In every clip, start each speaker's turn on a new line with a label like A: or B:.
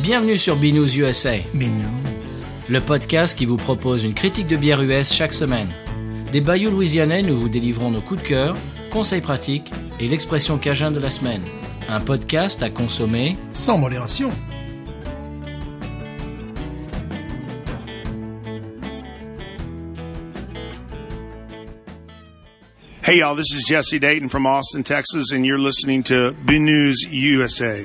A: Bienvenue sur Binous USA,
B: Mais non.
A: le podcast qui vous propose une critique de bière US chaque semaine. Des bayous louisianais, nous vous délivrons nos coups de cœur, conseils pratiques et l'expression cajun de la semaine. Un podcast à consommer.
B: Sans modération.
C: Hey, y'all, this is Jesse Dayton from Austin, Texas, and you're listening to BNews USA.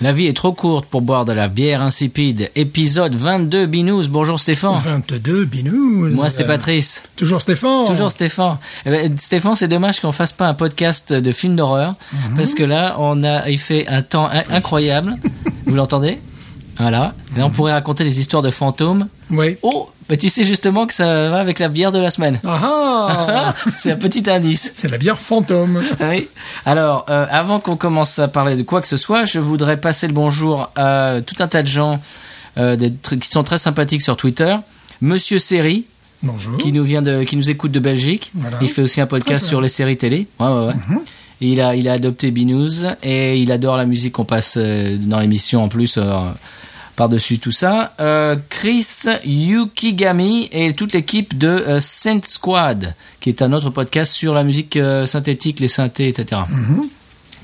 A: La vie est trop courte pour boire de la bière insipide. Épisode 22 Binous. Bonjour Stéphane.
B: 22 binous.
A: Oh. Moi c'est
B: Euh,
A: Patrice.
B: Toujours Stéphane.
A: Toujours Stéphane. Eh ben, Stéphane, c'est dommage qu'on fasse pas un podcast de films d'horreur parce que là, on a il fait un temps in- incroyable. Vous l'entendez Voilà. Là, on pourrait raconter des histoires de fantômes.
B: Oui.
A: Oh, bah, tu sais justement que ça va avec la bière de la semaine.
B: Ah ah
A: c'est un petit indice.
B: C'est la bière fantôme.
A: Oui. Alors, euh, avant qu'on commence à parler de quoi que ce soit, je voudrais passer le bonjour à tout un tas de gens euh, des tr- qui sont très sympathiques sur Twitter. Monsieur Seri,
B: Bonjour.
A: qui nous vient de, qui nous écoute de Belgique.
B: Voilà.
A: Il fait aussi un podcast
B: Très Mhm.
A: sur les séries télé. Ouais, ouais, ouais. Et il a, il a adopté Binous et il adore la musique qu'on passe euh, dans l'émission en plus. euh, par-dessus tout ça, Euh, Chris Yukigami et toute l'équipe de euh, Synth Squad, qui est un autre podcast sur la musique euh, synthétique, les synthés, etc.,
B: Mhm.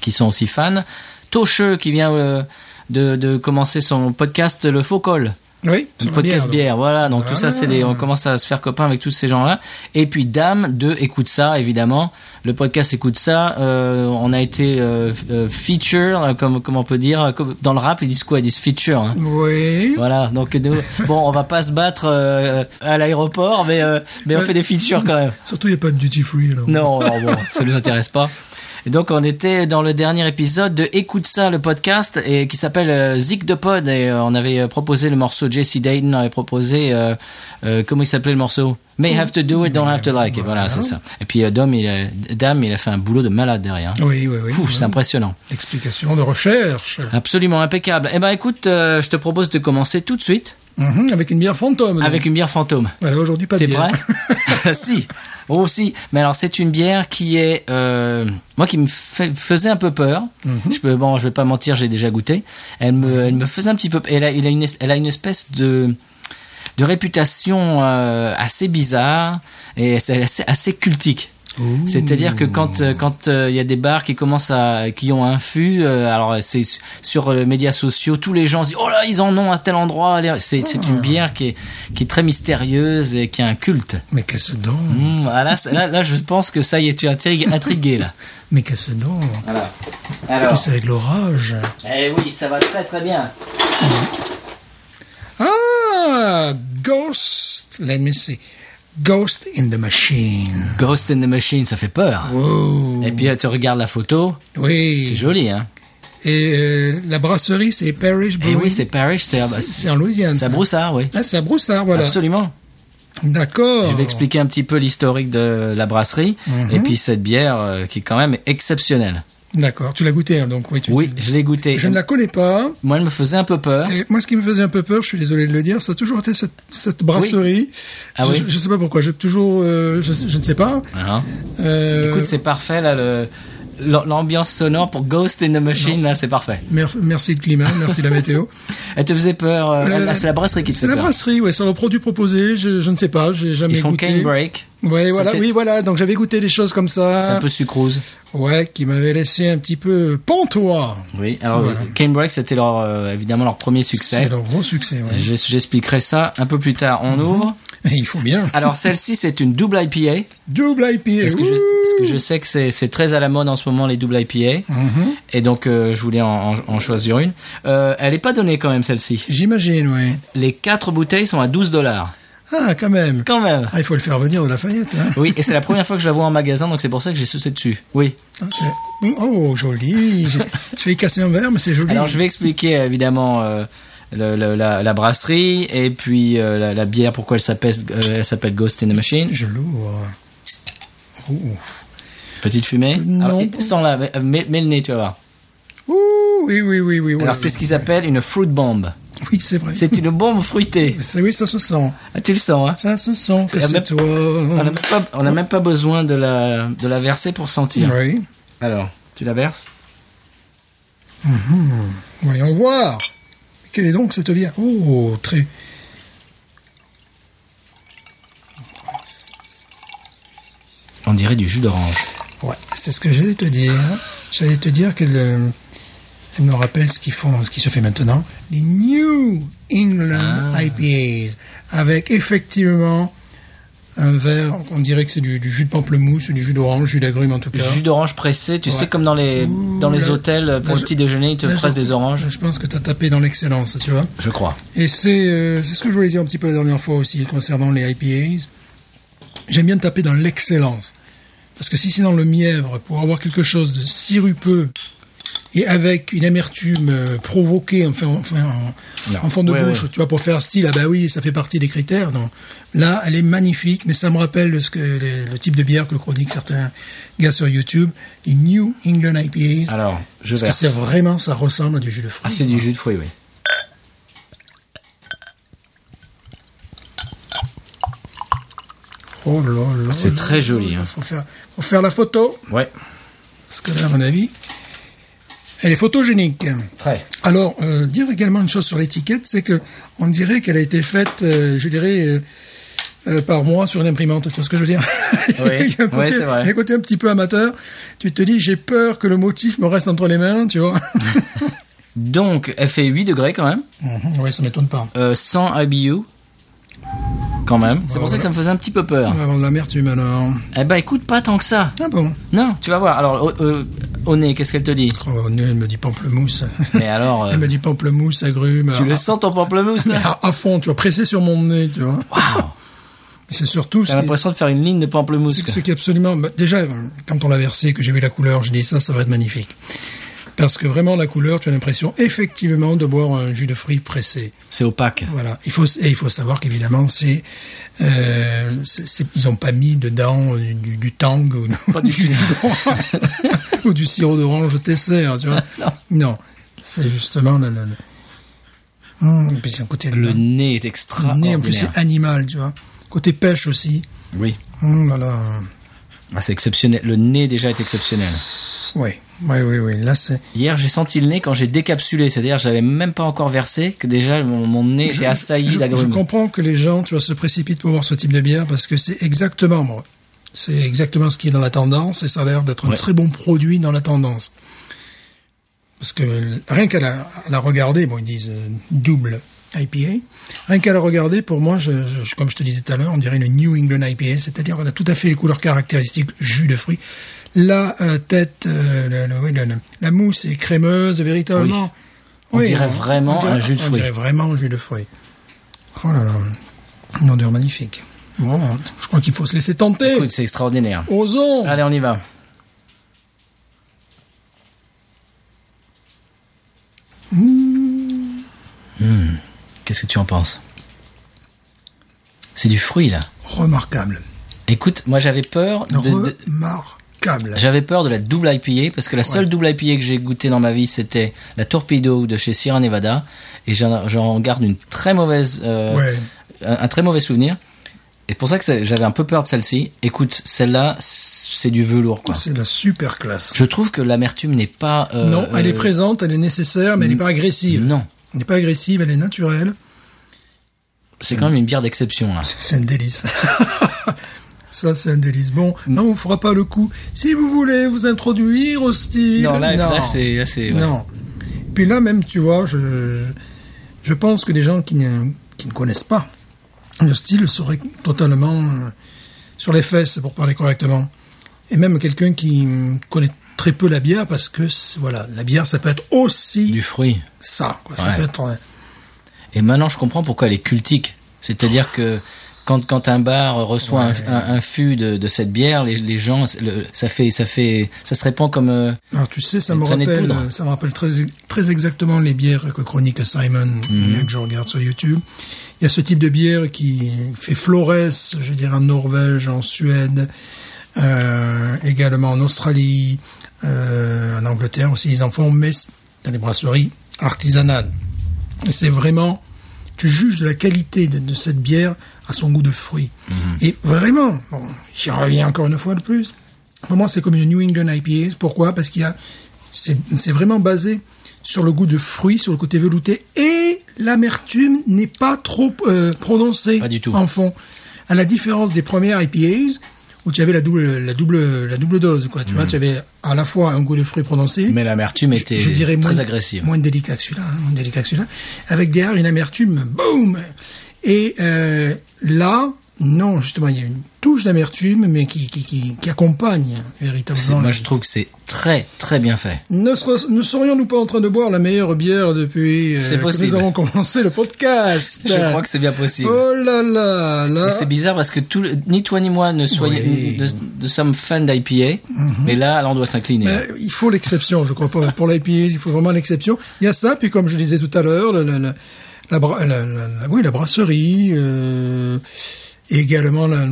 A: qui sont aussi fans. Tocheux, qui vient euh, de, de commencer son podcast Le Faux Col.
B: Oui.
A: Le
B: sur la
A: podcast bière,
B: donc.
A: voilà. Donc tout ça,
B: Ah.
A: c'est des, on commence à se faire copain avec tous ces gens-là. Et puis Dame de écoute ça, évidemment. Le podcast écoute ça. euh, on a été euh, f- euh, feature, euh, comme comment on peut dire, euh, comme- dans le rap ils disent quoi Ils disent feature. hein.
B: Oui.
A: Voilà. Donc nous, bon, on va pas se battre euh, à l'aéroport, mais euh, mais on fait des features quand même.
B: Surtout, il n'y a pas de duty free, alors.
A: Non, non, bon, ça nous intéresse pas. Et donc on était dans le dernier épisode de Écoute ça le podcast et qui s'appelle euh, Zik de Pod et euh, on avait euh, proposé le morceau JC Dayton on avait proposé euh, euh, comment il s'appelait le morceau May have to do it don't have to like it voilà c'est ça et puis euh, Dom il a, Dame il a fait un boulot de malade derrière
B: Oui, oui, oui.
A: Ouf, c'est impressionnant
B: Explication de recherche.
A: absolument impeccable eh ben écoute euh, je te propose de commencer tout de suite
B: Mhm, Avec une bière fantôme. donc.
A: avec une bière fantôme
B: Voilà, aujourd'hui, pas de
A: C'est
B: bière.
A: vrai Si. Oh si. Mais alors c'est une bière qui est euh, moi qui me fait- faisait un peu peur. Je peux bon, je vais pas mentir, j'ai déjà goûté. Elle me elle me faisait un petit peu elle a, il a une es- elle a une espèce de de réputation euh, assez bizarre et c'est assez, assez cultique. C'est-à-dire que quand euh, quand euh, il y a des bars qui commencent à qui ont un fût, euh, alors c'est su- sur les médias sociaux, tous les gens se disent oh là ils en ont à tel endroit. Allez, C'est c'est une bière qui est qui est très mystérieuse et qui a un culte.
B: Mais qu'est-ce donc
A: Mmh, ah, là, c'est- là là je pense que ça y est tu es intrigué, intrigué là.
B: Mais qu'est-ce donc
A: Voilà.
B: En
A: Alors
B: Plus avec l'orage.
A: eh oui ça va très très bien.
B: Ah Ghost. Let me see. Ghost in the Machine.
A: Ghost in the Machine ça fait peur.
B: Oh.
A: Et puis là, tu regardes la photo,
B: Oui.
A: c'est joli hein.
B: Et euh, la brasserie, c'est Parish
A: Et
B: Brewing.
A: Eh oui c'est Parrish, c'est ah, bah,
B: C'est- c'est en Louisiane.
A: c'est à
B: ça.
A: Broussard oui.
B: Ah, c'est à Broussard, voilà.
A: Absolument.
B: D'accord.
A: Je vais expliquer un petit peu l'historique de la brasserie
B: Mhm.
A: et puis cette bière euh, qui est quand même exceptionnelle.
B: D'accord. Tu l'as goûté, hein, donc oui. Tu,
A: Oui,
B: tu-
A: je l'ai goûtée.
B: Je ne la connais pas.
A: Moi, elle me faisait un peu peur.
B: Et moi, ce qui me faisait un peu peur, je suis désolé de le dire, ça a toujours été cette, cette brasserie.
A: Ah
B: je,
A: oui.
B: je sais pas pourquoi. J'ai toujours, euh, je, je ne sais pas.
A: Hein.
B: Euh,
A: Écoute, c'est parfait là le l'am- l'ambiance sonore pour Ghost in the Machine là, c'est parfait.
B: mer- merci le climat, merci la météo.
A: Elle te faisait peur. euh,
B: Euh,
A: là, c'est la brasserie qui te
B: C'est
A: fait
B: la
A: peur.
B: brasserie, ouais. C'est le produit proposé. Je, je ne sais pas. J'ai jamais
A: Ils font
B: goûté.
A: cane break.
B: Ouais,
A: C'est
B: voilà.
A: peut-être-
B: Oui, voilà. Donc j'avais goûté des choses comme
A: C'est
B: ça.
A: un peu sucrose.
B: Ouais, qui m'avait laissé un petit peu pantois.
A: Oui. Alors cane break, c'était leur euh, évidemment leur premier
B: C'est
A: succès.
B: leur Mhm. gros succès. Ouais.
A: Je- J'expliquerai ça un peu plus tard. On ouvre.
B: Et il faut bien.
A: Alors celle-ci, c'est une double IPA.
B: Double IPA.
A: Parce que, je, parce que je sais que c'est c'est très à la mode en ce moment les double IPA.
B: Mm-hmm.
A: Et donc euh, je voulais en, en- en choisir une. Euh, elle est pas donnée quand même celle-ci.
B: J'imagine, ouais.
A: Les quatre bouteilles sont à 12 dollars.
B: Ah, quand même.
A: Quand même.
B: Ah, il faut le faire venir de Lafayette. Hein.
A: Oui, et c'est la première fois que je la vois en magasin, donc c'est pour ça que j'ai sauté dessus. Oui.
B: Ah, c'est- Oh, joli. J'ai- Je vais y casser un verre, mais c'est joli.
A: Alors je vais expliquer euh, évidemment euh, le- le- la, la brasserie et puis euh, la, la bière, pourquoi elle s'appelle euh, elle s'appelle Ghost in the Machine.
B: Je l'ouvre. Ouh.
A: Petite fumée.
B: Non.
A: Alors, et- sans la, euh, mets, mets le nez, tu vas voir.
B: Ouh, oui, oui, oui, oui.
A: Alors
B: oui.
A: c'est ce qu'ils appellent une fruit bomb.
B: Oui, c'est vrai.
A: C'est une bombe fruitée.
B: C'est- Oui, ça se sent.
A: Ah, tu le sens, hein
B: Ça se sent. Que
A: C'est-
B: c'est toi.
A: On
B: Mhm.
A: n'a même, pas- on a même pas besoin de la, de la verser pour sentir.
B: Oui.
A: Alors, tu la verses
B: Voyons voir. Quelle est donc cette bière Oh, très.
A: On dirait du jus d'orange.
B: Ouais, c'est ce que j'allais te dire. J'allais te dire que le. Elle me rappelle ce qu'ils font, ce qui se fait maintenant, les New England
A: Ah.
B: IPAs, avec effectivement un verre, on dirait que c'est du, du jus de pamplemousse, ou du jus d'orange, jus d'agrumes en tout cas.
A: Jus d'orange pressé, tu
B: Ouais.
A: sais, comme dans les,
B: Ouh,
A: dans les
B: là-
A: hôtels, euh, pour
B: là,
A: le
B: je-
A: petit déjeuner, ils te
B: là, je-
A: pressent des oranges.
B: Je pense que t'as tapé dans l'excellence, tu vois.
A: Je crois.
B: Et c'est euh, c'est ce que je voulais dire un petit peu la dernière fois aussi concernant les IPAs. J'aime bien taper dans l'excellence. Parce que si c'est dans le mièvre, pour avoir quelque chose de sirupeux et avec une amertume euh, provoquée enfin, enfin, en,
A: Non.
B: en fond de
A: Ouais,
B: bouche,
A: ouais.
B: tu vois, pour faire style, ah bah oui, ça fait partie des critères. Non. Là, elle est magnifique, mais ça me rappelle ce que, les- le type de bière que chroniquent certains gars sur YouTube, les New England IPAs.
A: Alors, je
B: parce que
A: verse.
B: c'est vraiment, ça ressemble à du jus de fruits.
A: Ah, c'est du jus de fruits, oui.
B: Oh là là.
A: C'est
B: là
A: très
B: là
A: joli,
B: là,
A: hein.
B: Faut faire, faut faire la photo.
A: Ouais,
B: Parce que là, à mon avis, elle est photogénique.
A: très.
B: Alors, euh, dire également une chose sur l'étiquette, c'est que on dirait qu'elle a été faite, euh, je dirais, euh, euh, par moi sur une imprimante. Tu vois ce que je veux dire
A: Oui,
B: Il y a un
A: oui,
B: côté-
A: c'est vrai.
B: il y a un côté un petit peu amateur. Tu te dis, j'ai peur que le motif me reste entre les mains, tu vois
A: Donc, elle fait 8 degrés quand même,
B: Mhm, Ouais, ça m'étonne pas.
A: euh, 100 IBU, quand même. C'est pour ça
B: voilà.
A: que ça me faisait un petit peu peur.
B: On va avoir de l'amertume alors.
A: Eh ben, écoute pas tant que ça.
B: Ah bon
A: Non, tu vas voir. Alors, au, euh, au nez, qu'est-ce qu'elle te dit
B: Oh, Elle me dit pamplemousse.
A: Mais alors, euh,
B: Elle me dit pamplemousse, agrumes.
A: tu le
B: ah,
A: sens ton pamplemousse là
B: à, à fond, tu vois, pressé sur mon nez, tu vois.
A: Waouh
B: C'est surtout ce
A: T'as
B: qui,
A: l'impression de faire une ligne de pamplemousse.
B: ce-
A: quoi.
B: ce qui est absolument. bah, déjà, quand on l'a versé, que j'ai vu la couleur, j'ai dit ça, ça va être magnifique. Parce que vraiment, la couleur, tu as l'impression effectivement de boire un jus de fruits pressé.
A: C'est opaque.
B: Voilà. Il faut, et il faut savoir qu'évidemment, c'est, euh, c'est- c'est- ils ont pas mis dedans euh, du, du tang ou,
A: Pas du tout.
B: ou du sirop d'orange Tesser, tu vois.
A: Non.
B: C'est justement le, le, le- Hum, et puis c'est un côté
A: Le nez est extra.
B: nez, en plus c'est animal, tu vois. Côté pêche aussi.
A: Oui.
B: Hum, voilà.
A: Ah, c'est exceptionnel. Le nez déjà est exceptionnel.
B: Oui, oui, oui, oui. Là, c'est.
A: Hier, j'ai senti le nez quand j'ai décapsulé. C'est-à-dire, j'avais même pas encore versé que déjà mon, mon nez était assailli
B: Je, je
A: d'agrumes.
B: comprends que les gens, tu vois, se précipitent pour boire ce type de bière parce que c'est exactement, moi, c'est exactement ce qui est dans la tendance et ça a l'air d'être
A: Ouais.
B: un très bon produit dans la tendance. Parce que euh, rien qu'à la, à la regarder, bon, ils disent euh, double IPA. Rien qu'à la regarder, pour moi, je, je- comme je te disais tout à l'heure, on dirait une New England IPA, c'est-à-dire qu'on a tout à fait les couleurs caractéristiques jus de fruits. La euh, tête, euh, le- le- oui, le- le- la mousse est crémeuse, véritablement.
A: Oui. On dirait vraiment un jus de
B: On
A: fruits.
B: dirait vraiment un jus de fruits. Oh là là, une odeur magnifique. Bon, je crois qu'il faut se laisser tenter.
A: Écoute, C'est extraordinaire.
B: Osons.
A: Allez, on y va. Hmm. Qu'est-ce que tu en penses C'est du fruit là.
B: Remarquable.
A: Écoute, moi j'avais peur de, de-
B: Remarquable.
A: j'avais peur de la double IPA parce que la seule double IPA que j'ai goûtée dans ma vie c'était la Torpedo de chez Sierra Nevada et j'en j'en garde une très mauvaise euh,
B: Ouais.
A: un, un très mauvais souvenir. Et pour ça que c'est- j'avais un peu peur de celle-ci. Écoute, celle-là c'est du velours quoi.
B: C'est la super classe.
A: Je trouve que l'amertume n'est pas. euh,
B: non, elle est
A: euh,
B: présente, elle est nécessaire, mais elle n'est pas agressive.
A: Non,
B: Elle n'est pas agressive, elle est naturelle.
A: c'est quand même une bière d'exception là.
B: C'est un délice. Ça, c'est un délice. Bon, non, on ne fera pas le coup. Si vous voulez vous introduire au style.
A: Non, là, là, c'est, là, c'est, ouais.
B: Non. Puis là même, tu vois, je, je pense que des gens qui ne, qui ne connaissent pas le style seraient totalement euh, sur les fesses, pour parler correctement. Et même quelqu'un qui hum, connaît très peu la bière, parce que c'est- voilà, la bière, ça peut être aussi
A: du fruit.
B: ça. quoi. Ça
A: Ouais.
B: peut être euh,
A: Et maintenant, je comprends pourquoi elle est cultique. C'est-à-dire que quand quand un bar reçoit un, un- un fût de, de cette bière, les, les gens, le- ça fait, ça fait, ça se répand comme. euh,
B: Alors tu sais, ça
A: Une
B: me
A: traînée de
B: rappelle,
A: poudre.
B: euh, ça me rappelle très très exactement les bières que chronique Simon
A: Mhm.
B: euh, que je regarde sur YouTube. Il y a ce type de bière qui fait florès, je dirais en Norvège, en Suède, euh, également en Australie, euh, en Angleterre aussi ils en font, mais c- dans les brasseries artisanales. Et c'est vraiment, tu juges de la qualité de, de cette bière à son goût de fruit.
A: Mhm.
B: Et vraiment, bon, j'y reviens encore une fois de plus. Pour moi, c'est comme une New England IPA. Pourquoi Parce qu'il y a, c'est c'est vraiment basé sur le goût de fruit, sur le côté velouté et l'amertume n'est pas trop euh, prononcée
A: Pas du tout.
B: en fond. À la différence des premières IPAs, où tu avais la double, la double, la double dose, quoi. Tu vois, tu avais à la fois un goût de fruit prononcé.
A: Mhm. Mais l'amertume
B: je-
A: était
B: je dirais
A: très
B: moins,
A: agressive.
B: Moins délicat que celui-là, hein, moins délicat que celui-là. Avec derrière une amertume, boum Et euh, là, non, justement, il y a une touche d'amertume, mais qui, qui, qui, qui accompagne hein,
A: C'est-
B: véritablement.
A: Moi,
B: la-
A: je trouve que c'est très, très bien fait.
B: ne, ser- ne serions-nous pas en train de boire la meilleure bière depuis euh,
A: C'est
B: que
A: possible.
B: nous avons commencé le podcast
A: Je crois que c'est bien possible.
B: Oh là là
A: Et
B: là
A: C'est bizarre parce que tout le- ni toi ni moi ne, soyez,
B: Oui. Mhm.
A: ne- ne sommes fans d'IPA, mais là, là, on doit s'incliner.
B: Euh, il faut l'exception, je crois. Pour, pour l'IPA, il faut vraiment l'exception. Il y a ça, puis comme je disais tout à l'heure, le- le- le- la, bra- la- la- la- oui, la brasserie, euh, et également la,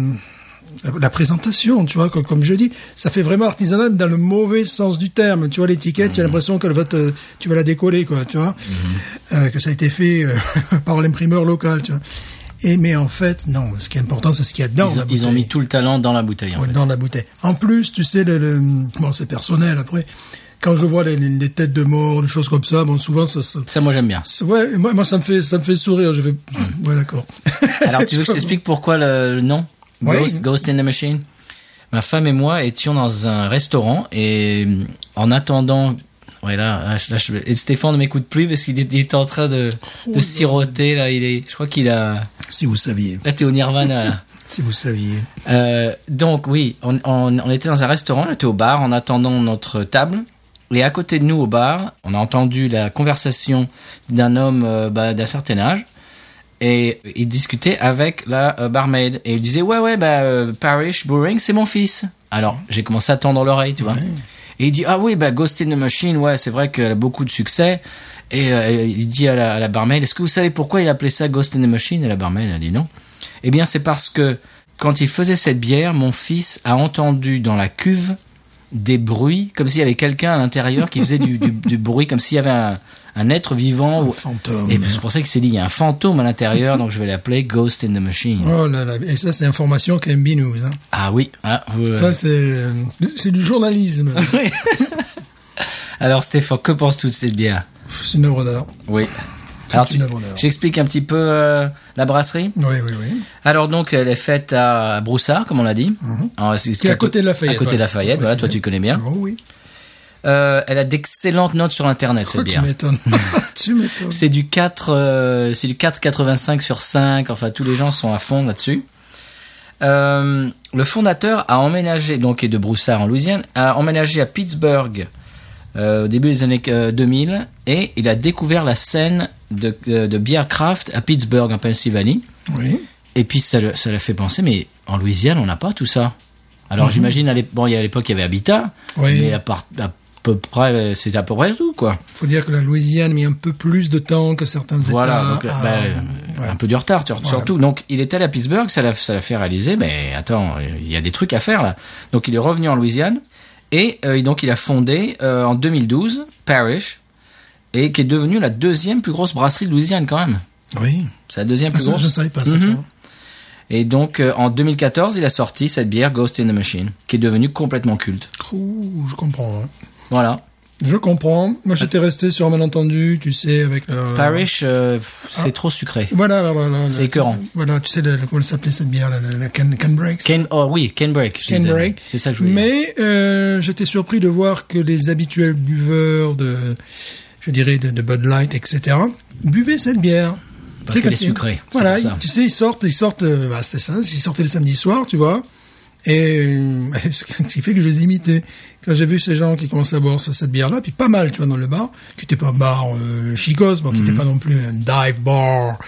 B: la- la présentation, tu vois, co- comme, je dis, ça fait vraiment artisanal dans le mauvais sens du terme. Tu vois, l'étiquette,
A: Mhm.
B: tu as l'impression qu'elle va te, euh, tu vas la décoller, quoi, tu vois,
A: Mhm.
B: Euh, que ça a été fait euh, par l'imprimeur local, tu vois. Et, mais en fait, non, ce qui est important, c'est ce qu'il y a dedans.
A: ils,
B: la
A: ont, ils ont
B: bouteille.
A: mis tout le talent dans la bouteille. en
B: Ouais,
A: fait.
B: dans la bouteille. En plus, tu sais, le, le- bon, c'est personnel après. Quand je vois les, les- les têtes de mort, des choses comme ça, bon, souvent ça, ça-
A: Ça, moi, j'aime bien.
B: ça- ouais, moi, moi, ça me fait, ça me fait sourire. Je vais, ouais, d'accord.
A: Alors, tu veux que je t'explique pourquoi le, le nom
B: Oui.
A: Ghost, Ghost in the Machine Ma femme et moi étions dans un restaurant et euh, en attendant... Ouais, là, ah, je- là, je- et Stéphane ne m'écoute plus parce qu'il est, il est en train de, de siroter. Là, il est, je crois qu'il a...
B: Si vous saviez,
A: Là, t'es au Nirvana. Là.
B: si vous saviez.
A: Euh, donc oui, on, on- on était dans un restaurant, on était au bar en attendant notre table. Et à côté de nous au bar, on a entendu la conversation d'un homme euh, bah, d'un certain âge. Et il discutait avec la euh, barmaid. Et il disait, ouais, ouais, bah, euh, Parrish Brewing, c'est mon fils. Alors, j'ai commencé à tendre l'oreille, tu vois. Et il dit, ah oui, bah, Ghost in the Machine, ouais, c'est vrai qu'elle a beaucoup de succès. Et euh, il dit à la, à la barmaid, est-ce que vous savez pourquoi il appelait ça Ghost in the Machine Et la barmaid a dit non. Eh bien, c'est parce que quand il faisait cette bière, mon fils a entendu dans la cuve des bruits, comme s'il y avait quelqu'un à l'intérieur qui faisait du, du- du bruit, comme s'il y avait un, un être vivant.
B: Un
A: ou-
B: fantôme.
A: Et c'est pour ça qu'il s'est dit, il y a un fantôme à l'intérieur, donc je vais l'appeler Ghost in the Machine.
B: Oh là là, et ça c'est information KMB News. Hein.
A: Ah oui. Ah, vous, euh,
B: Ça c'est, euh, c'est du journalisme.
A: Alors Stéphane, que penses-tu de cette bière
B: c'est une œuvre d'art.
A: Oui.
B: C'est
A: Alors,
B: une
A: tu-
B: œuvre d'art.
A: j'explique un petit peu euh, la brasserie.
B: Oui, oui, oui.
A: Alors donc elle est faite à Broussard, comme on l'a dit. Alors, c'est-
B: Mhm. Qui est à côté de Lafayette.
A: À côté de Lafayette, voilà, toi tu connais bien.
B: Oh oui.
A: Euh, elle a d'excellentes notes sur internet
B: Oh,
A: cette
B: tu
A: bière.
B: m'étonnes. tu m'étonnes.
A: C'est du 4 euh, c'est du 4,85 sur 5, enfin tous les gens sont à fond là-dessus. Euh, le fondateur a emménagé donc et de Broussard en Louisiane, a emménagé à Pittsburgh euh, au début des années euh, 2000 et il a découvert la scène de euh, de bière craft à Pittsburgh en Pennsylvanie.
B: Oui.
A: Et puis ça le- ça l'a fait penser, mais en Louisiane, on n'a pas tout ça. Alors j'imagine, à l'ép- bon, il y a- à l'époque, il y avait Habitat,
B: Oui.
A: mais à, part- à peu près, euh, c'est à peu près tout, quoi.
B: Faut dire que la Louisiane met un peu plus de temps que certains
A: Voilà,
B: États.
A: donc, euh,
B: à-
A: bah, euh,
B: ouais.
A: un peu du retard, sur- surtout. Donc il est allé à Pittsburgh, ça l'a ça l'a fait réaliser, mais attends, il y a des trucs à faire là. Donc il est revenu en Louisiane, et euh, donc il a fondé euh, en 2012 Parrish, et qui est devenue la deuxième plus grosse brasserie de Louisiane quand même.
B: Oui.
A: C'est la deuxième
B: Ah,
A: plus
B: ça, je ne
A: grosse.
B: savais pas ça.
A: Mhm.
B: tu vois.
A: Et donc, euh, en 2014, il a sorti cette bière Ghost in the Machine, qui est devenue complètement culte.
B: Ouh, je comprends. hein.
A: Voilà.
B: Je comprends.
A: Euh.
B: Moi, j'étais resté sur un malentendu, tu sais, avec le...
A: Parrish, euh, pff, c'est trop sucré.
B: Voilà, voilà, voilà.
A: C'est écœurant.
B: Voilà, tu sais, le- le- comment elle s'appelait cette bière, la, la, la can, Can Breaks
A: Can, oh oui, Can Break. je
B: Can
A: disais.
B: Break.
A: C'est ça que je voulais dire.
B: Mais euh, j'étais surpris de voir que les habituels buveurs de, je dirais, de, de Bud Light, etc., buvaient cette bière.
A: Parce qu'elle
B: Tu sais, quand
A: est
B: tu-
A: sucrée, c'est
B: Voilà,
A: pour ça.
B: ils- tu sais, ils sortent, ils sortent, euh, bah, c'était ça, ils sortaient le samedi soir, tu vois. Et euh, ce qui fait que je les imitais. Quand j'ai vu ces gens qui commençaient à boire ce- cette bière-là, puis pas mal, tu vois, dans le bar, qui était pas un bar euh, chicos, bon, qui
A: Mhm.
B: était pas non plus un dive bar,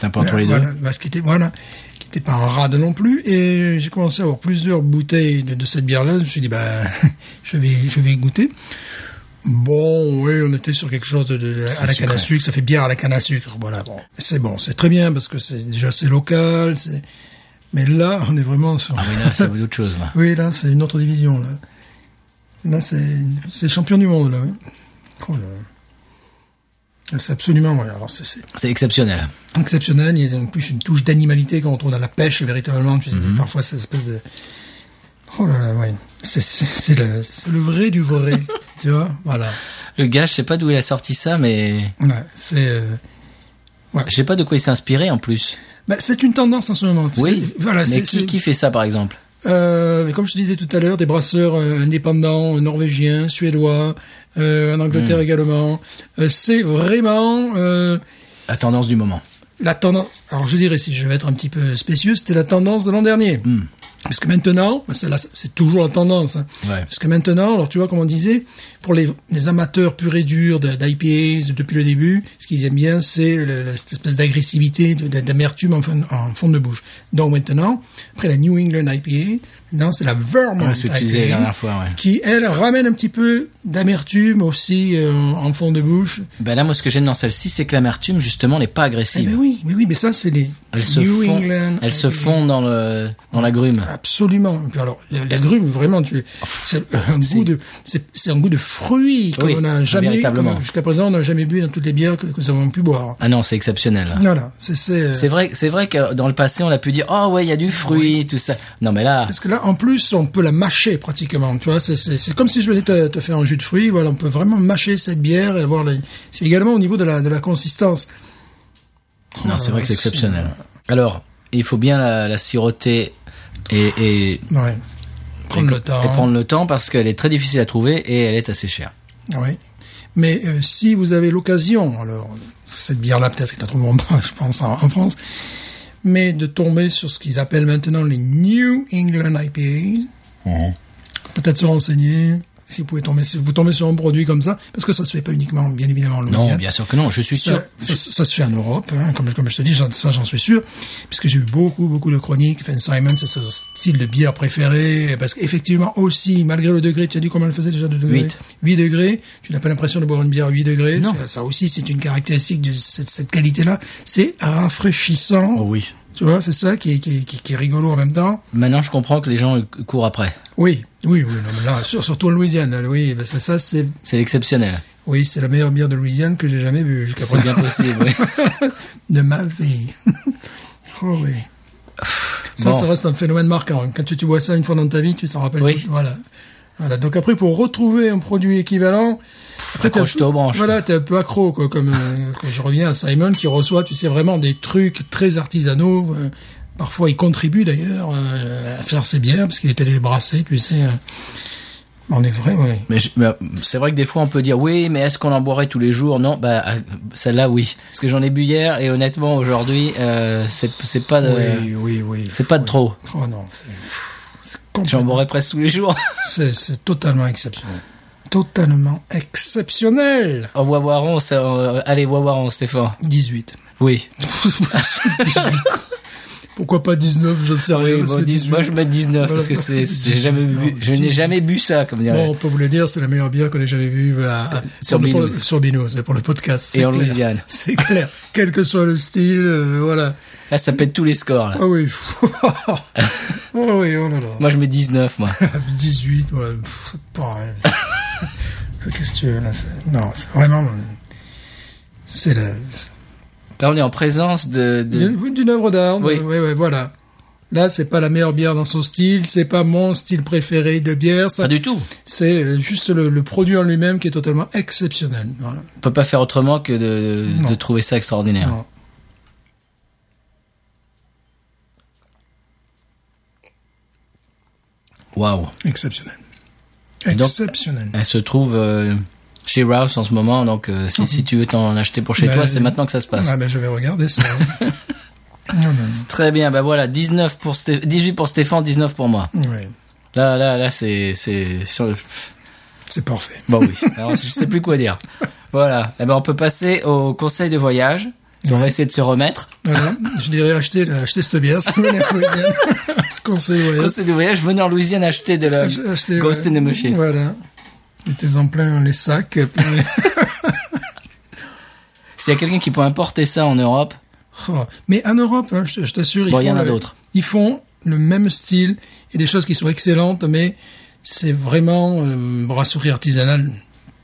A: T'as pas entre les deux.
B: voilà, parce qu'il était voilà, qui était pas un rade non plus. Et j'ai commencé à avoir plusieurs bouteilles de, de cette bière-là. Je me suis dit bah, je vais je vais y goûter. Bon, oui, on était sur quelque chose de, de- à la canne
A: sucré.
B: à sucre. Ça fait bière à la canne à sucre. Voilà. Bon, c'est bon, c'est très bien parce que c'est déjà c'est local. C'est mais là, on est vraiment sur.
A: Ah oui, là, c'est autre chose. Là.
B: Oui, là, c'est une autre division. Là, là c'est c'est champion du monde là. oui. Oh là. C'est absolument. ouais, Alors c'est- c'est
A: C'est exceptionnel.
B: exceptionnel. Il y a en plus une touche d'animalité quand on trouve à la pêche, véritablement. Puis
A: Mhm.
B: c'est Parfois, cette espèce de... Oh là là, ouais. C'est- C'est c'est le, c'est le vrai du vrai, tu vois Voilà.
A: Le gars, je sais pas d'où il a sorti ça, mais
B: Ouais, c'est... euh, Ouais.
A: Je sais pas de quoi il s'est inspiré en plus.
B: Bah, c'est une tendance en ce moment.
A: Oui.
B: C'est- Voilà,
A: mais
B: c'est-
A: qui,
B: c'est-
A: qui fait ça par exemple
B: Euh, mais comme je te disais tout à l'heure, des brasseurs euh, indépendants, euh, norvégiens, suédois, euh, en Angleterre
A: Mm.
B: également. Euh, c'est vraiment euh,
A: La tendance du moment.
B: la tendance. Alors je dirais, si je vais être un petit peu spécieux, c'était la tendance de l'an dernier.
A: Hmm.
B: Parce que maintenant, ben, c'est la- c'est toujours la tendance. hein.
A: Ouais.
B: Parce que maintenant, alors tu vois, comme on disait, pour les, les amateurs purs et durs de- d'IPAs depuis le début, ce qu'ils aiment bien, c'est le- le- cette espèce d'agressivité, de- de- d'amertume en, fin- en fond de bouche. Donc maintenant, après la New England IPA, maintenant c'est la Vermont
A: Ouais, ce que tu disais
B: IPA,
A: la dernière fois, ouais.
B: qui elle ramène un petit peu d'amertume aussi euh, en fond de bouche.
A: Ben là, moi, ce que j'aime dans celle-ci, c'est que l'amertume, justement, n'est pas
B: Eh
A: agressive.
B: ben oui, oui, oui, mais ça c'est les
A: Elles se
B: New
A: font,
B: England.
A: elles se
B: IPA.
A: font dans le dans la grume.
B: Absolument. Et puis alors, la- la grume, vraiment, tu, c'est un goût de, c'est, c'est un goût de fruits
A: Oui,
B: qu'on n'a jamais,
A: véritablement.
B: qu'on- jusqu'à présent, on n'a jamais bu dans toutes les bières que, que nous avons pu boire.
A: Ah non, c'est exceptionnel.
B: Voilà. C'est, c'est,
A: C'est vrai, c'est vrai que dans le passé, on a pu dire, oh ouais, il y a du fruit, tout ça. Non, mais là,
B: parce que là, en plus, on peut la mâcher pratiquement. Tu vois, c'est, c'est, c'est comme si je venais te, te faire un jus de fruits. Voilà, on peut vraiment mâcher cette bière et avoir les, c'est également au niveau de la, de la consistance.
A: non, c'est vrai que c'est
B: c'est-
A: exceptionnel. Alors, il faut bien la, la siroter et, et,
B: Ouais. Prendre
A: et-
B: le temps.
A: et prendre le temps parce qu'elle est très difficile à trouver et elle est assez chère.
B: Oui. Mais euh, si vous avez l'occasion, alors cette bière-là peut-être qu'ils la trouveront pas, je pense, en, en France, mais de tomber sur ce qu'ils appellent maintenant les New England IPA, peut-être se renseigner si vous pouvez tomber, si vous tombez sur un produit comme ça, parce que ça se fait pas uniquement, bien évidemment, en Louisiane.
A: Non, bien sûr que non. Je suis sûr.
B: Ça, ça, ça se fait en Europe, hein, comme, comme je te dis, j'en- ça j'en suis sûr, puisque j'ai eu beaucoup, beaucoup de chroniques. Van Simon, c'est son style de bière préféré, parce qu'effectivement aussi, malgré le degré, tu as dit comment elle faisait déjà de degrés
A: Huit.
B: 8 degrés, tu n'as pas l'impression de boire une bière à 8 degrés.
A: Non.
B: Ça, ça aussi, c'est une caractéristique de cette, cette qualité-là. C'est rafraîchissant.
A: Oh oui.
B: Tu vois, c'est ça qui est, qui, est- qui est- qui est rigolo en même temps.
A: Maintenant, je comprends que les gens euh, courent après.
B: Oui, oui, oui. Non, mais là, sur- surtout en Louisiane, là, oui, parce que ça, c'est,
A: C'est exceptionnel.
B: oui, c'est la meilleure bière de Louisiane que j'ai jamais vue jusqu'à
A: C'est bien
B: présent.
A: possible. oui.
B: de ma vie. oh oui. Ça,
A: Bon.
B: ça reste un phénomène marquant. Quand tu, tu vois ça une fois dans ta vie, tu t'en rappelles.
A: Oui.
B: tout- Voilà. Voilà. Donc après, pour retrouver un produit équivalent, après, t'es un
A: accroche-toi
B: peu-
A: aux branches,
B: Voilà, t'es un peu accro, quoi. Comme euh, que je reviens à Simon qui reçoit, tu sais, vraiment des trucs très artisanaux. euh, parfois, il contribue d'ailleurs euh, à faire ses bières parce qu'il est allé les brasser, tu sais. euh. On est vrai, oui.
A: Mais, je- mais, euh, c'est vrai que des fois on peut dire oui, mais est-ce qu'on en boirait tous les jours Non, bah euh, celle-là oui, parce que j'en ai bu hier et honnêtement aujourd'hui euh, c'est c'est pas de,
B: oui, oui, oui.
A: Euh, c'est pas de
B: Oui.
A: trop.
B: Oh non, c'est. c'est
A: J'en
B: complètement-
A: boirais presque tous les jours.
B: C'est, c'est totalement exceptionnel. Totalement exceptionnel.
A: en Wawaron, ça, euh, allez Wawaron, Stéphane.
B: 18.
A: Oui.
B: 18. Pourquoi pas 19, je sais rien.
A: Oui,
B: parce
A: bon,
B: que
A: dix-
B: 18.
A: moi je mets 19 parce que c'est c'est- j'ai jamais bu,
B: Non,
A: je n'ai jamais bu ça comme
B: Bon,
A: dirait.
B: on peut vous le dire, c'est la meilleure bière qu'on ait jamais vue euh, à- à-
A: Euh, Sur
B: pour le- pour le-
A: Binous.
B: sur Binous, et pour le podcast. c'est
A: Et en
B: clair.
A: Louisiane.
B: C'est clair. Quel que soit le style, euh, voilà.
A: Là ça pète tous les scores là.
B: Ah oui. ah oui, oh là là.
A: Moi je mets 19 moi.
B: 18, ouais, pff, c'est pas vrai. Qu'est-ce que tu veux, là, c'est- Non, c'est vraiment. C'est la.
A: Là on est en présence de, de...
B: D'une d'une œuvre d'art.
A: Oui.
B: Oui. oui, voilà. Là, c'est pas la meilleure bière dans son style, c'est pas mon style préféré de bière, ça.
A: pas du tout.
B: C'est euh, juste le, le produit en lui-même qui est totalement exceptionnel. Voilà.
A: On peut pas faire autrement que de,
B: Non.
A: de trouver ça extraordinaire.
B: Non.
A: Waouh.
B: Exceptionnel.
A: donc-
B: Exceptionnel.
A: Elle se trouve euh, chez Ralph en ce moment, donc euh, si, si tu veux t'en acheter pour chez
B: Ben,
A: toi, c'est maintenant que ça se passe.
B: Ah, ben, je vais regarder ça. hein. non, non,
A: Très bien, bah voilà, 19 pour Sté- 18 pour Stéphane, 19 pour moi.
B: non. Oui,
A: Là, là, là, c'est, c'est sur le...
B: c'est parfait.
A: Bon oui, alors je sais plus quoi dire. Voilà, eh ben on peut passer au conseil de voyage. On va essayer de se remettre.
B: Voilà. je dirais acheter, la- acheter cette bière. C'est la Louisiane. Ce conseil, ouais.
A: Conseil de voyage, venez en Louisiane acheter de la
B: Ach- acheter,
A: Ghost
B: ouais.
A: in the Machine.
B: Voilà. Mettez-en plein les sacs. plein les-
A: S'il y a quelqu'un qui peut importer ça en Europe,
B: Oh, Mais en Europe, hein, je, je t'assure, ils
A: Bon, il y
B: font
A: en a
B: le-
A: d'autres.
B: Ils font le même style et des choses qui sont excellentes, mais c'est vraiment euh, brasserie artisanale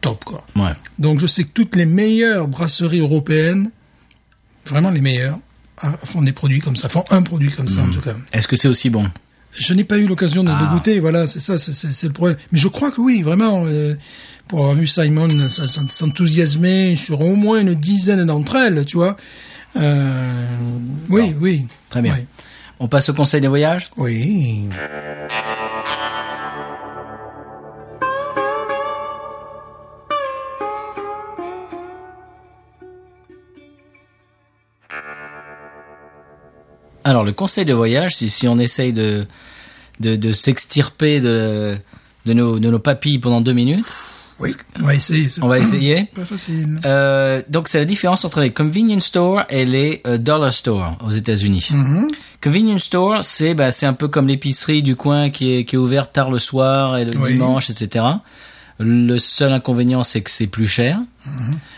B: top quoi.
A: ouais.
B: Donc je sais que toutes les meilleures brasseries européennes, vraiment les meilleures, ah, font des produits comme ça, font un produit comme
A: Hmm.
B: ça en tout cas.
A: Est-ce que c'est aussi bon
B: Je n'ai pas eu l'occasion
A: Ah.
B: de, de goûter, voilà, c'est ça, c'est- c'est c'est le problème. Mais je crois que oui, vraiment, euh, pour avoir vu Simon s- s- s'enthousiasmer sur au moins une dizaine d'entre elles, tu vois, Euh, oui, oui.
A: Très bien.
B: Oui.
A: On passe au conseil des voyages
B: Oui.
A: Alors, le conseil de voyage, si, si on essaye de, de, de s'extirper de, de, nos, de nos papilles pendant deux minutes,
B: Oui. On va essayer. c'est
A: on va essayer.
B: Pas facile.
A: Euh, donc, c'est la différence entre les convenience stores et les euh, dollar stores aux États-Unis. Convenience store, c'est bah, c'est un peu comme l'épicerie du coin qui est, qui est ouverte tard le soir et le
B: Oui.
A: dimanche, etc. Le seul inconvénient, c'est que c'est plus cher.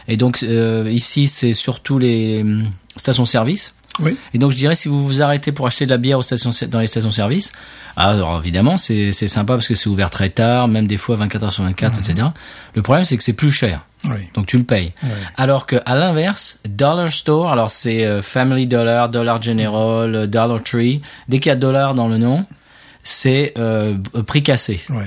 A: Et donc, euh, ici, c'est surtout les hum, stations-service.
B: Oui.
A: Et donc je dirais si vous vous arrêtez pour acheter de la bière aux stations, dans les stations-service, alors évidemment c'est c'est sympa parce que c'est ouvert très tard, même des fois 24 heures sur 24, etc. Le problème c'est que c'est plus cher,
B: Oui.
A: donc tu le payes. Alors que à l'inverse, dollar store, alors c'est euh, Family Dollar, Dollar General, euh, Dollar Tree, dès qu'il y a dollar dans le nom, c'est euh, prix cassé.
B: Oui.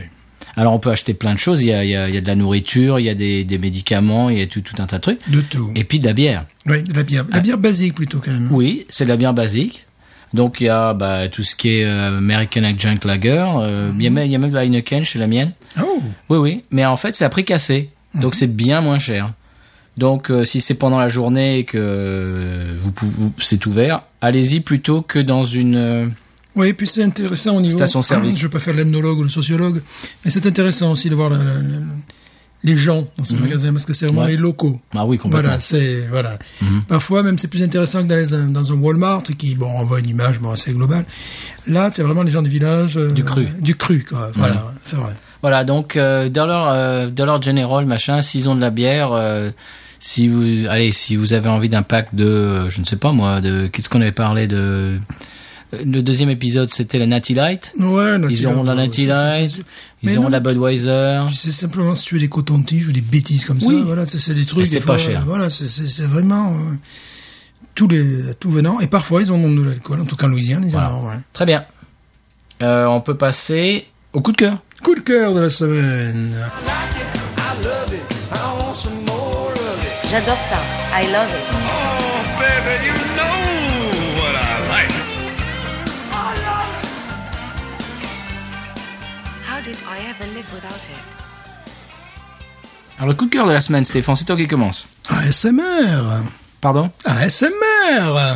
A: Alors on peut acheter plein de choses, il y a, il y a, il y a de la nourriture, il y a des, des médicaments, il y a tout, tout un tas de trucs,
B: De tout.
A: et puis de la bière.
B: Oui, de la bière. La bière basique plutôt quand même.
A: Oui, c'est de la bière basique. Donc il y a bah, tout ce qui est euh, American Adjunct Lager. euh, Il y a même- il y a même de la Heineken chez la mienne.
B: Oh.
A: Oui, oui. Mais en fait, c'est à prix cassé. Donc c'est bien moins cher. Donc euh, si c'est pendant la journée et que euh, vous, pou- vous- c'est ouvert, allez-y plutôt que dans une... euh,
B: Oui, puis c'est intéressant au niveau.
A: Station-service.
B: Je peux faire l'ethnologue ou le sociologue, mais c'est intéressant aussi de voir la- la- la- les gens dans ce magasin parce que c'est vraiment
A: Mhm. Ouais.
B: les locaux.
A: Ah oui, complètement. Mhm.
B: Voilà, c'est voilà. Parfois même c'est plus intéressant que d'aller dans un- dans un Walmart qui bon envoie une image bon assez globale. Là, c'est vraiment les gens du village. euh,
A: Du cru.
B: Du cru quoi. Voilà, c'est vrai.
A: Voilà, donc euh, dans leur euh, dans leur général machin, s'ils ont de la bière, euh, si vous allez, si vous avez envie d'un pack de, euh, je ne sais pas moi, de qu'est-ce qu'on avait parlé de euh, le deuxième épisode, c'était la Natty Light.
B: Ouais,
A: Ils auront de la Natty Light, ils
B: Mais
A: auront
B: non,
A: de la Budweiser.
B: C'est simplement si tu es des cotons-tiges ou des bêtises comme ça,
A: Oui.
B: voilà, c'est- c'est des trucs.
A: Et c'est
B: des
A: pas
B: fois,
A: cher.
B: Voilà, c'est- c'est c'est vraiment euh, tous les tout venant. Et parfois ils en ont de l'alcool, en tout cas en Louisiane, ils en ont. ouais.
A: Très bien. Euh, on peut passer au coup de cœur.
B: Coup de cœur de la semaine.
D: J'adore ça. I love it.
E: How did I ever live without it?
A: Alors le coup de cœur de la semaine, Stéphane, c'est toi qui commence.
B: ASMR.
A: Pardon
B: ASMR.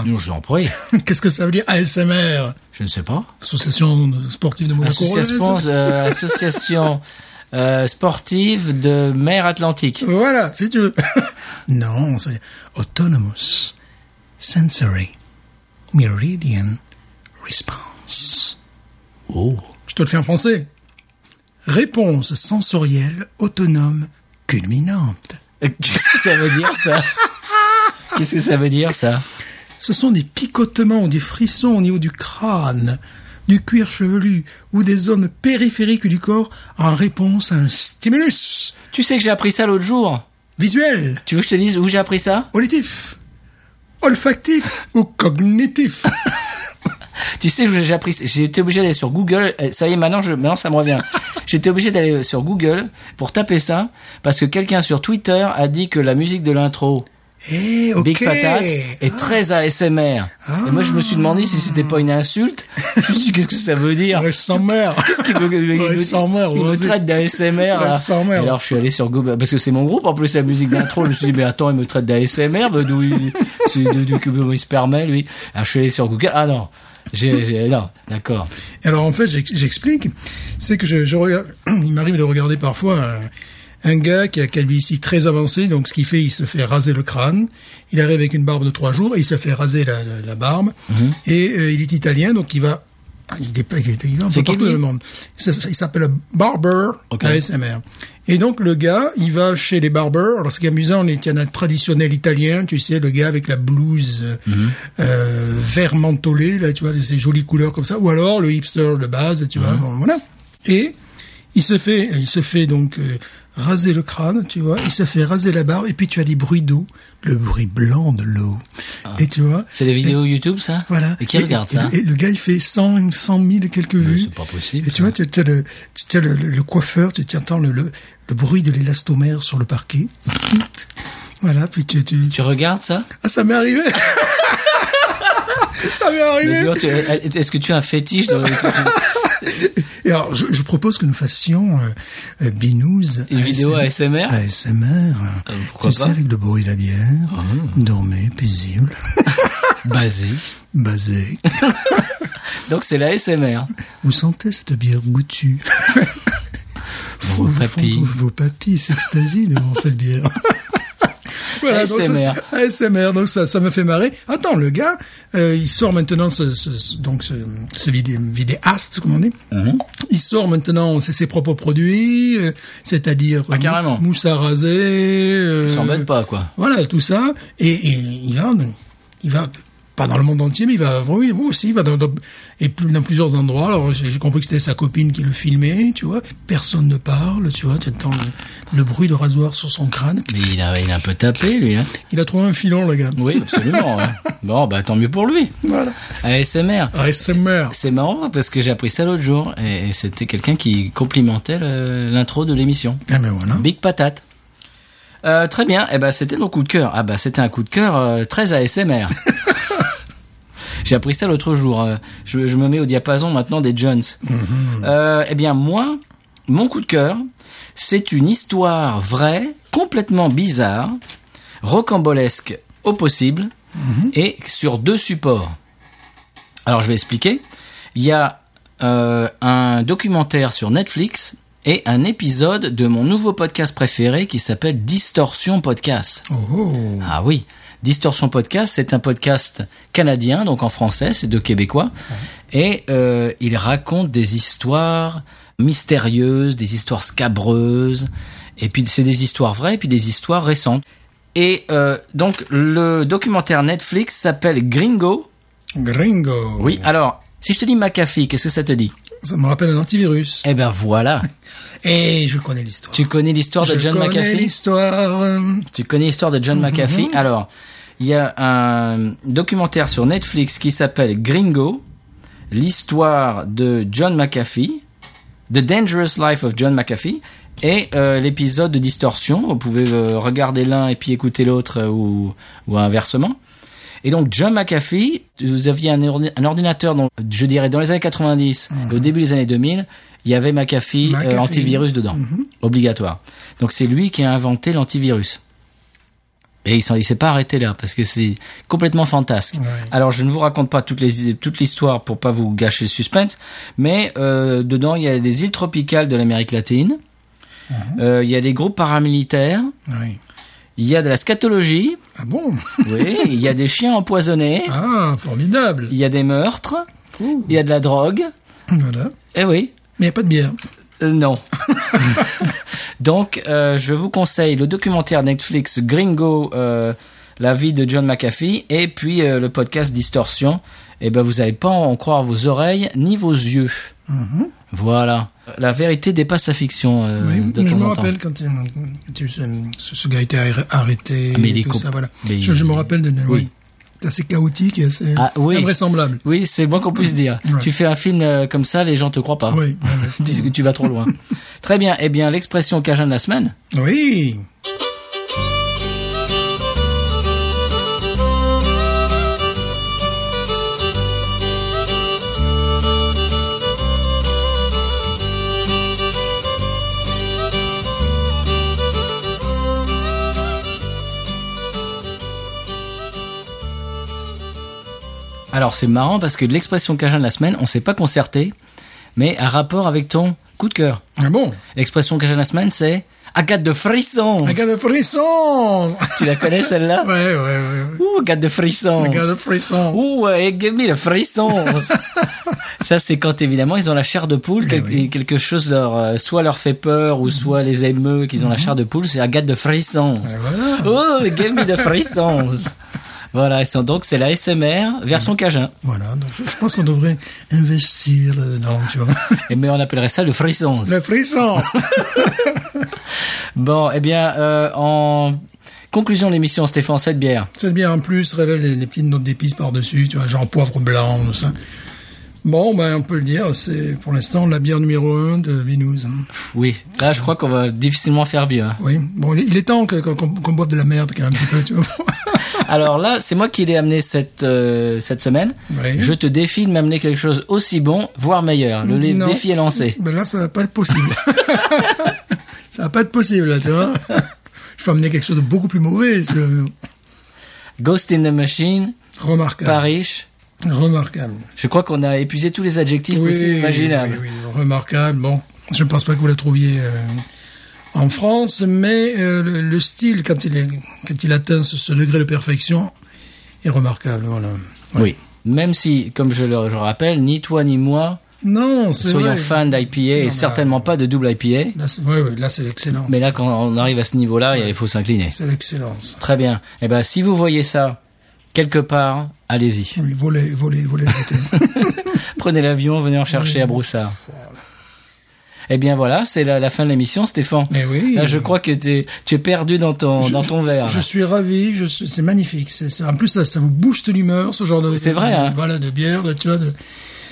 A: Non, je vous en prie.
B: Qu'est-ce que ça veut dire ASMR
A: Je ne sais pas.
B: Association sportive de Monaco.
A: Association, euh, association euh, sportive de mer Atlantique.
B: Voilà, si tu veux. non, ça veut dire Autonomous Sensory Meridian Response.
A: Oh.
B: Je te le fais en français. Réponse sensorielle autonome culminante.
A: Qu'est-ce que ça veut dire ça Qu'est-ce que ça veut dire ça
B: Ce sont des picotements ou des frissons au niveau du crâne, du cuir chevelu ou des zones périphériques du corps en réponse à un stimulus
A: Tu sais que j'ai appris ça l'autre jour.
B: visuel,
A: Tu veux que je te dise où j'ai appris ça
B: auditif, olfactif ou cognitif.
A: Tu sais que j'ai appris j'ai été obligé d'aller sur Google, Euh, ça y est maintenant je maintenant ça me revient. J'étais obligé d'aller sur Google pour taper ça parce que quelqu'un sur Twitter a dit que la musique de l'intro
B: Eh, ok.
A: Big Patate est très ASMR. Et moi je me suis demandé si c'était pas une insulte. Je me suis dit qu'est-ce que ça veut dire
B: Ouais, sans mère.
A: Qu'est-ce qu'il veut il
B: Ouais,
A: me-
B: sans mère,
A: Il me
B: vas-y. Bah,
A: traite d'ASMR. là.
B: sans mère.
A: Et alors je suis allé sur Google parce que c'est mon groupe en plus la musique d'intro. je me suis dit mais attends il me traite d'ASMR, bah, d'où il, c'est- d'où- d'où- comment il se permet lui. Alors je suis allé sur Google. Ah non, j'ai, j'ai- non, d'accord.
B: Et Alors en fait, j'ex- j'explique, c'est que je, je regarde, il m'arrive de regarder parfois un, un gars qui a calvitie très avancée, donc ce qu'il fait, il se fait raser le crâne, il arrive avec une barbe de trois jours, et il se fait raser la, la- la barbe, et euh, il est italien, donc il va, il est pas, il est, il va un peu
A: C'est qui, lui
B: partout dans le monde. Ça- ça- il s'appelle Barber
A: Ok.
B: ASMR. Et donc le gars, il va chez les barbers. Alors ce qui est amusant, on est il y en a un traditionnel italien, tu sais, le gars avec la blouse euh, vert mentholé, là, tu vois, ces jolies couleurs comme ça, ou alors le hipster de base, tu vois, bon, voilà. Et il se fait, il se fait donc euh, raser le crâne, tu vois, il se fait raser la barbe, et puis tu as des bruits d'eau, le bruit blanc de l'eau, et tu vois.
A: C'est les vidéos YouTube ça
B: Voilà.
A: Et qui regarde ça
B: Et, le gars, il fait 100, 100 000 et quelques vues.
A: c'est pas possible,
B: Et tu vois, tu as le, tu as le, le- le coiffeur, tu entends le, le, le bruit de l'élastomère sur le parquet. Voilà, puis tu... tu...
A: Tu regardes ça
B: Ah, ça m'est arrivé Ça m'est
A: Mais
B: arrivé
A: dis-moi, oh, tu- euh, Est-ce que tu as un fétiche dans
B: Et alors, je, je propose que nous fassions euh, euh, Binous...
A: Une vidéo ASMR?
B: ASMR.
A: Euh, pourquoi
B: tu
A: pas Ah.
B: sais, avec le bruit de la bière, dormez, paisible,
A: Basé.
B: basé.
A: Donc c'est la SMR.
B: Vous sentez cette bière goûtue
A: Vos papilles.
B: Vos, vos papilles s'extasient devant cette bière. Eh, donc ça,
A: ASMR.
B: ASMR, donc ça, ça me fait marrer. Attends, le gars, euh, il sort maintenant ce, ce- ce- donc ce, ce vidé, vidéaste, comment on dit
A: Mhm.
B: Il sort maintenant ses, ses propres produits, euh, c'est-à-dire euh,
A: Ah, carrément.
B: mousse à raser. euh,
A: Ils s'embêtent pas, quoi.
B: voilà, tout ça. Et, et il va, il va pas dans le monde entier, mais il va, oui, vous aussi, il va dans, dans- et plus, dans plusieurs endroits. Alors, j'ai j'ai compris que c'était sa copine qui le filmait, tu vois. Personne ne parle, tu vois. Tu entends le, le bruit de rasoir sur son crâne.
A: Mais il a, il a un peu tapé, lui. Hein.
B: Il a trouvé un filon, le gars.
A: Oui, absolument. hein. Bon, bah tant mieux pour lui.
B: Voilà.
A: ASMR.
B: ASMR.
A: C'est marrant hein, parce que j'ai appris ça l'autre jour et, et c'était quelqu'un qui complimentait le- l'intro de l'émission.
B: Ah, ben voilà.
A: Big patate. Euh, très bien. Eh ben, c'était nos coups de cœur. Ah bah, c'était un coup de cœur euh, très ASMR. J'ai appris ça l'autre jour. Euh, Je, je me mets au diapason maintenant des Jones. Euh, eh bien, moi, mon coup de cœur, c'est une histoire vraie, complètement bizarre, rocambolesque au possible, et sur deux supports. Alors, je vais expliquer. Il y a euh, un documentaire sur Netflix et un épisode de mon nouveau podcast préféré qui s'appelle Distorsion Podcast.
B: Oh, oh.
A: Ah oui, Distorsion Podcast, c'est un podcast canadien, donc en français, c'est de Québécois. Et euh, il raconte des histoires mystérieuses, des histoires scabreuses, et puis c'est des histoires vraies, et puis des histoires récentes. Et euh, donc le documentaire Netflix s'appelle Gringo.
B: Gringo.
A: Oui, alors, si je te dis McAfee, qu'est-ce que ça te dit
B: Ça me rappelle un antivirus.
A: Eh ben voilà,
B: Et je connais l'histoire.
A: tu connais l'histoire de
B: je
A: John
B: connais
A: McAfee
B: l'histoire.
A: Tu connais l'histoire de John McAfee Alors, il y a un documentaire sur Netflix qui s'appelle Gringo, l'histoire de John McAfee, The Dangerous Life of John McAfee, et euh, l'épisode de Distorsion. Vous pouvez euh, regarder l'un et puis écouter l'autre euh, ou, ou inversement. Et donc John McAfee, vous aviez un, ordi- un ordinateur, dans, je dirais dans les années 90 et au début des années 2000, il y avait McAfee, euh,
B: McAfee.
A: antivirus dedans, obligatoire. Donc c'est lui qui a inventé l'antivirus. Et il s'en- il s'est pas arrêté là parce que c'est complètement fantasque. Alors je ne vous raconte pas toutes les toute l'histoire pour pas vous gâcher le suspense, mais euh, dedans il y a des îles tropicales de l'Amérique latine,
B: Mhm.
A: Euh, il y a des groupes paramilitaires,
B: Oui.
A: il y a de la scatologie,
B: Ah bon
A: oui, il y a des chiens empoisonnés,
B: Ah, formidable.
A: il y a des meurtres,
B: Ouh.
A: il y a de la drogue.
B: Voilà.
A: Eh oui,
B: Mais il n'y a pas de bière.
A: Euh, non. Donc, euh, je vous conseille le documentaire Netflix Gringo, euh, la vie de John McAfee, et puis euh, le podcast Distorsion. Et ben, vous n'allez pas en croire vos oreilles ni vos yeux.
B: Mhm.
A: Voilà. La vérité dépasse la fiction euh,
B: Oui,
A: de
B: mais je
A: temps
B: me
A: en temps.
B: rappelle quand, il- quand il y a eu ce, ce- ce gars a été arr- arrêté,
A: Ah, Mais
B: et
A: il est
B: tout
A: coup-
B: ça, voilà.
A: mais
B: je, je
A: il-
B: me rappelle de...
A: oui.
B: Oui. C'est assez chaotique et assez
A: Ah, oui.
B: invraisemblable.
A: Oui, c'est le moins qu'on puisse dire.
B: Ouais.
A: Tu fais un film euh, comme ça, les gens te croient pas.
B: Oui, oui,
A: Ils disent que tu vas trop loin. Très bien. Eh bien, l'expression cajun de la semaine.
B: Oui,
A: Alors c'est marrant parce que l'expression cajun de la semaine, on s'est pas concerté, mais à rapport avec ton coup de cœur.
B: Ah bon
A: L'expression cajun de la semaine, c'est Agathe de frisson.
B: Un gars de frisson
A: Tu la connais celle-là
B: Ouais, ouais, ouais. ouais.
A: Ouh, Agathe de frisson.
B: Un gars de frisson
A: Ouh, ouais, give me the frissons. Ça, c'est quand évidemment ils ont la chair de poule, quel-
B: Eh oui.
A: et quelque chose leur, euh, soit leur fait peur, ou soit les émeut qu'ils ont la chair de poule, c'est Agathe de frissons.
B: Mm-hmm. Et voilà.
A: Oh, give me the frissons. Voilà, et c'est- donc c'est la SMR version
B: Mm.
A: cajun.
B: Voilà, donc je, je pense qu'on devrait investir là-dedans, tu vois.
A: Et mais on appellerait ça le frissons.
B: Le frisson
A: Bon, eh bien, euh, en conclusion de l'émission, Stéphane, cette bière.
B: Cette bière en plus révèle les, les petites notes d'épices par-dessus, tu vois, genre poivre blanc, tout ça. Bon, ben, on peut le dire, c'est pour l'instant la bière numéro 1 de Vinous. hein.
A: Pff, Oui, là je crois qu'on va difficilement faire mieux. hein.
B: Oui, bon, il il est temps que- qu'on qu'on boive de la merde quand même un petit peu, tu vois.
A: Alors là, c'est moi qui l'ai amené cette euh, cette semaine.
B: Oui.
A: Je te défie de m'amener quelque chose aussi bon, voire meilleur. Le le
B: Non.
A: défi est lancé.
B: Ben là, ça va pas être possible. ça va pas être possible, là, tu vois. Je peux amener quelque chose de beaucoup plus mauvais. je-
A: Ghost in the Machine,
B: Remarquable.
A: Paris.
B: Remarquable.
A: Je crois qu'on a épuisé tous les adjectifs possibles imaginables.
B: oui, oui, remarquable. Bon, je ne pense pas que vous la trouviez euh, en France, mais euh, le, le style, quand il, est, quand il atteint ce, ce degré de perfection, est remarquable. Voilà. Ouais.
A: Oui. Même si, comme je le je le rappelle, ni toi ni moi
B: Non, c'est
A: soyons
B: vrai.
A: fans d'IPA et
B: mais euh,
A: certainement pas de double IPA.
B: Là, c'est ouais, ouais, là, c'est l'excellence.
A: Mais là, quand on arrive à ce niveau-là, il faut s'incliner.
B: C'est l'excellence.
A: Très bien. Eh ben, si vous voyez ça quelque part, allez-y.
B: Oui, volez, volez, volez le côté.
A: Prenez l'avion, venez en chercher à Broussard. Eh bien voilà, c'est la, la fin de l'émission, Stéphane.
B: Mais Eh oui.
A: Là, Eh, je crois que t'es- tu es perdu dans ton dans ton verre.
B: Je suis ravi, je suis- c'est magnifique. C'est- c'est- en plus, ça, ça vous booste l'humeur, ce genre de.
A: C'est vrai,
B: de-
A: hein.
B: Voilà, de bière, là, tu vois. de-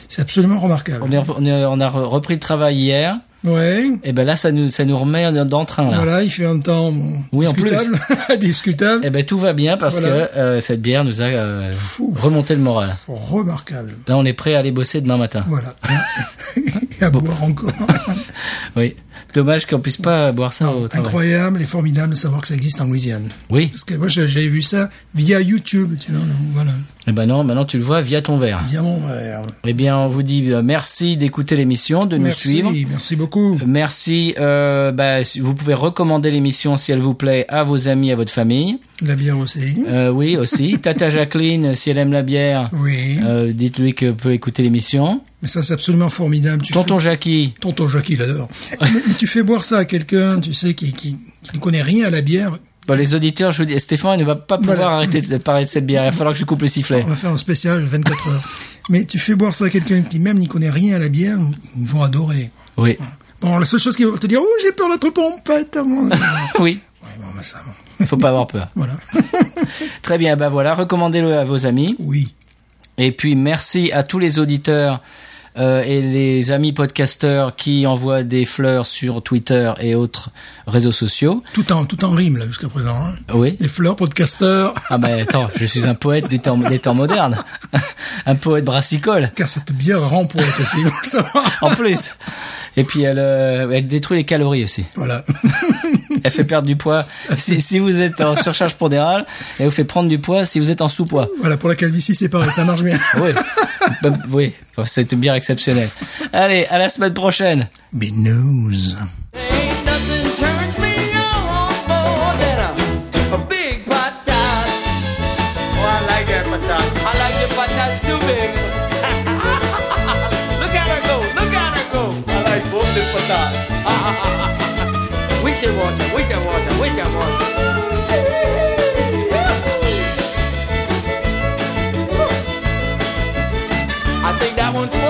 B: c'est absolument remarquable.
A: On, est- on est- on a re- repris le travail hier.
B: Ouais.
A: Et ben là, ça nous ça nous remet d'entrain là.
B: Voilà, il fait un temps bon,
A: Ah. Oui, en plus.
B: discutable, discutable,
A: Eh ben tout va bien parce
B: Voilà.
A: que euh, cette bière nous a euh, remonté le moral.
B: remarquable.
A: Là, on est prêt à aller bosser demain matin.
B: Voilà. Et à boire encore.
A: Oui. Dommage qu'on puisse pas boire ça au travail.
B: Incroyable et formidable de savoir que ça existe en Louisiane.
A: Oui.
B: Parce que moi, j'ai- j'avais vu ça via YouTube, tu vois. donc voilà,
A: Eh ben non, maintenant tu le vois via ton verre.
B: via mon verre.
A: Eh bien, on vous dit euh, merci d'écouter l'émission, de nous
B: Merci,
A: suivre.
B: merci beaucoup.
A: Merci. euh, bah, si- vous pouvez recommander l'émission si elle vous plaît à vos amis, à votre famille.
B: La bière aussi.
A: Euh, oui, aussi. Tata Jacqueline, si elle aime la bière,
B: Oui.
A: euh, dites-lui que peut écouter l'émission.
B: Mais ça, c'est absolument formidable. Tu
A: Tonton
B: fais-
A: Jackie.
B: Tonton Jackie, il adore. mais, mais tu fais boire ça à quelqu'un, tu sais, qui, qui, qui ne connaît rien à la bière.
A: Bon, bah, les auditeurs, je vous dis, Stéphane, il ne va pas pouvoir
B: Voilà.
A: arrêter de parler de cette bière. Il va falloir que je coupe le sifflet.
B: On va faire un spécial 24 heures. Mais tu fais boire ça à quelqu'un qui même n'y connaît rien à la bière, ils vont adorer.
A: Oui.
B: Bon, la seule chose qu'ils vont te dire, oh, j'ai peur d'être pompette. Bon,
A: Oui.
B: ben ça,
A: Faut pas avoir peur.
B: voilà.
A: Très bien. Bah voilà. Recommandez-le à vos amis.
B: Oui.
A: Et puis merci à tous les auditeurs euh, et les amis podcasteurs qui envoient des fleurs sur Twitter et autres réseaux sociaux.
B: Tout en, tout en rime, là, jusqu'à présent. hein.
A: Oui.
B: Les fleurs, podcasteurs.
A: Ah ben attends, je suis un poète du temps, des temps modernes, un poète brassicole.
B: Car cette bière rend poète aussi, vous le savoir.
A: En plus. Et puis elle, euh, elle détruit les calories aussi.
B: Voilà.
A: Elle fait perdre du poids si, si vous êtes en surcharge pondérale. Elle vous fait prendre du poids si vous êtes en sous-poids.
B: Voilà, pour la calvitie, c'est pareil, ça marche bien.
A: Oui. Ben, oui. Enfin, C'est une bière exceptionnelle. Allez, à la semaine prochaine.
B: Mais news.
F: Ain't nothing turns me on more than a, a big pot tart. Oh, I like that pot tart. I like the pot tarts too big. look at her go, look at her go. I like both the pot tarts. we should watch her, we should watch her, we should watch her. I think that one's for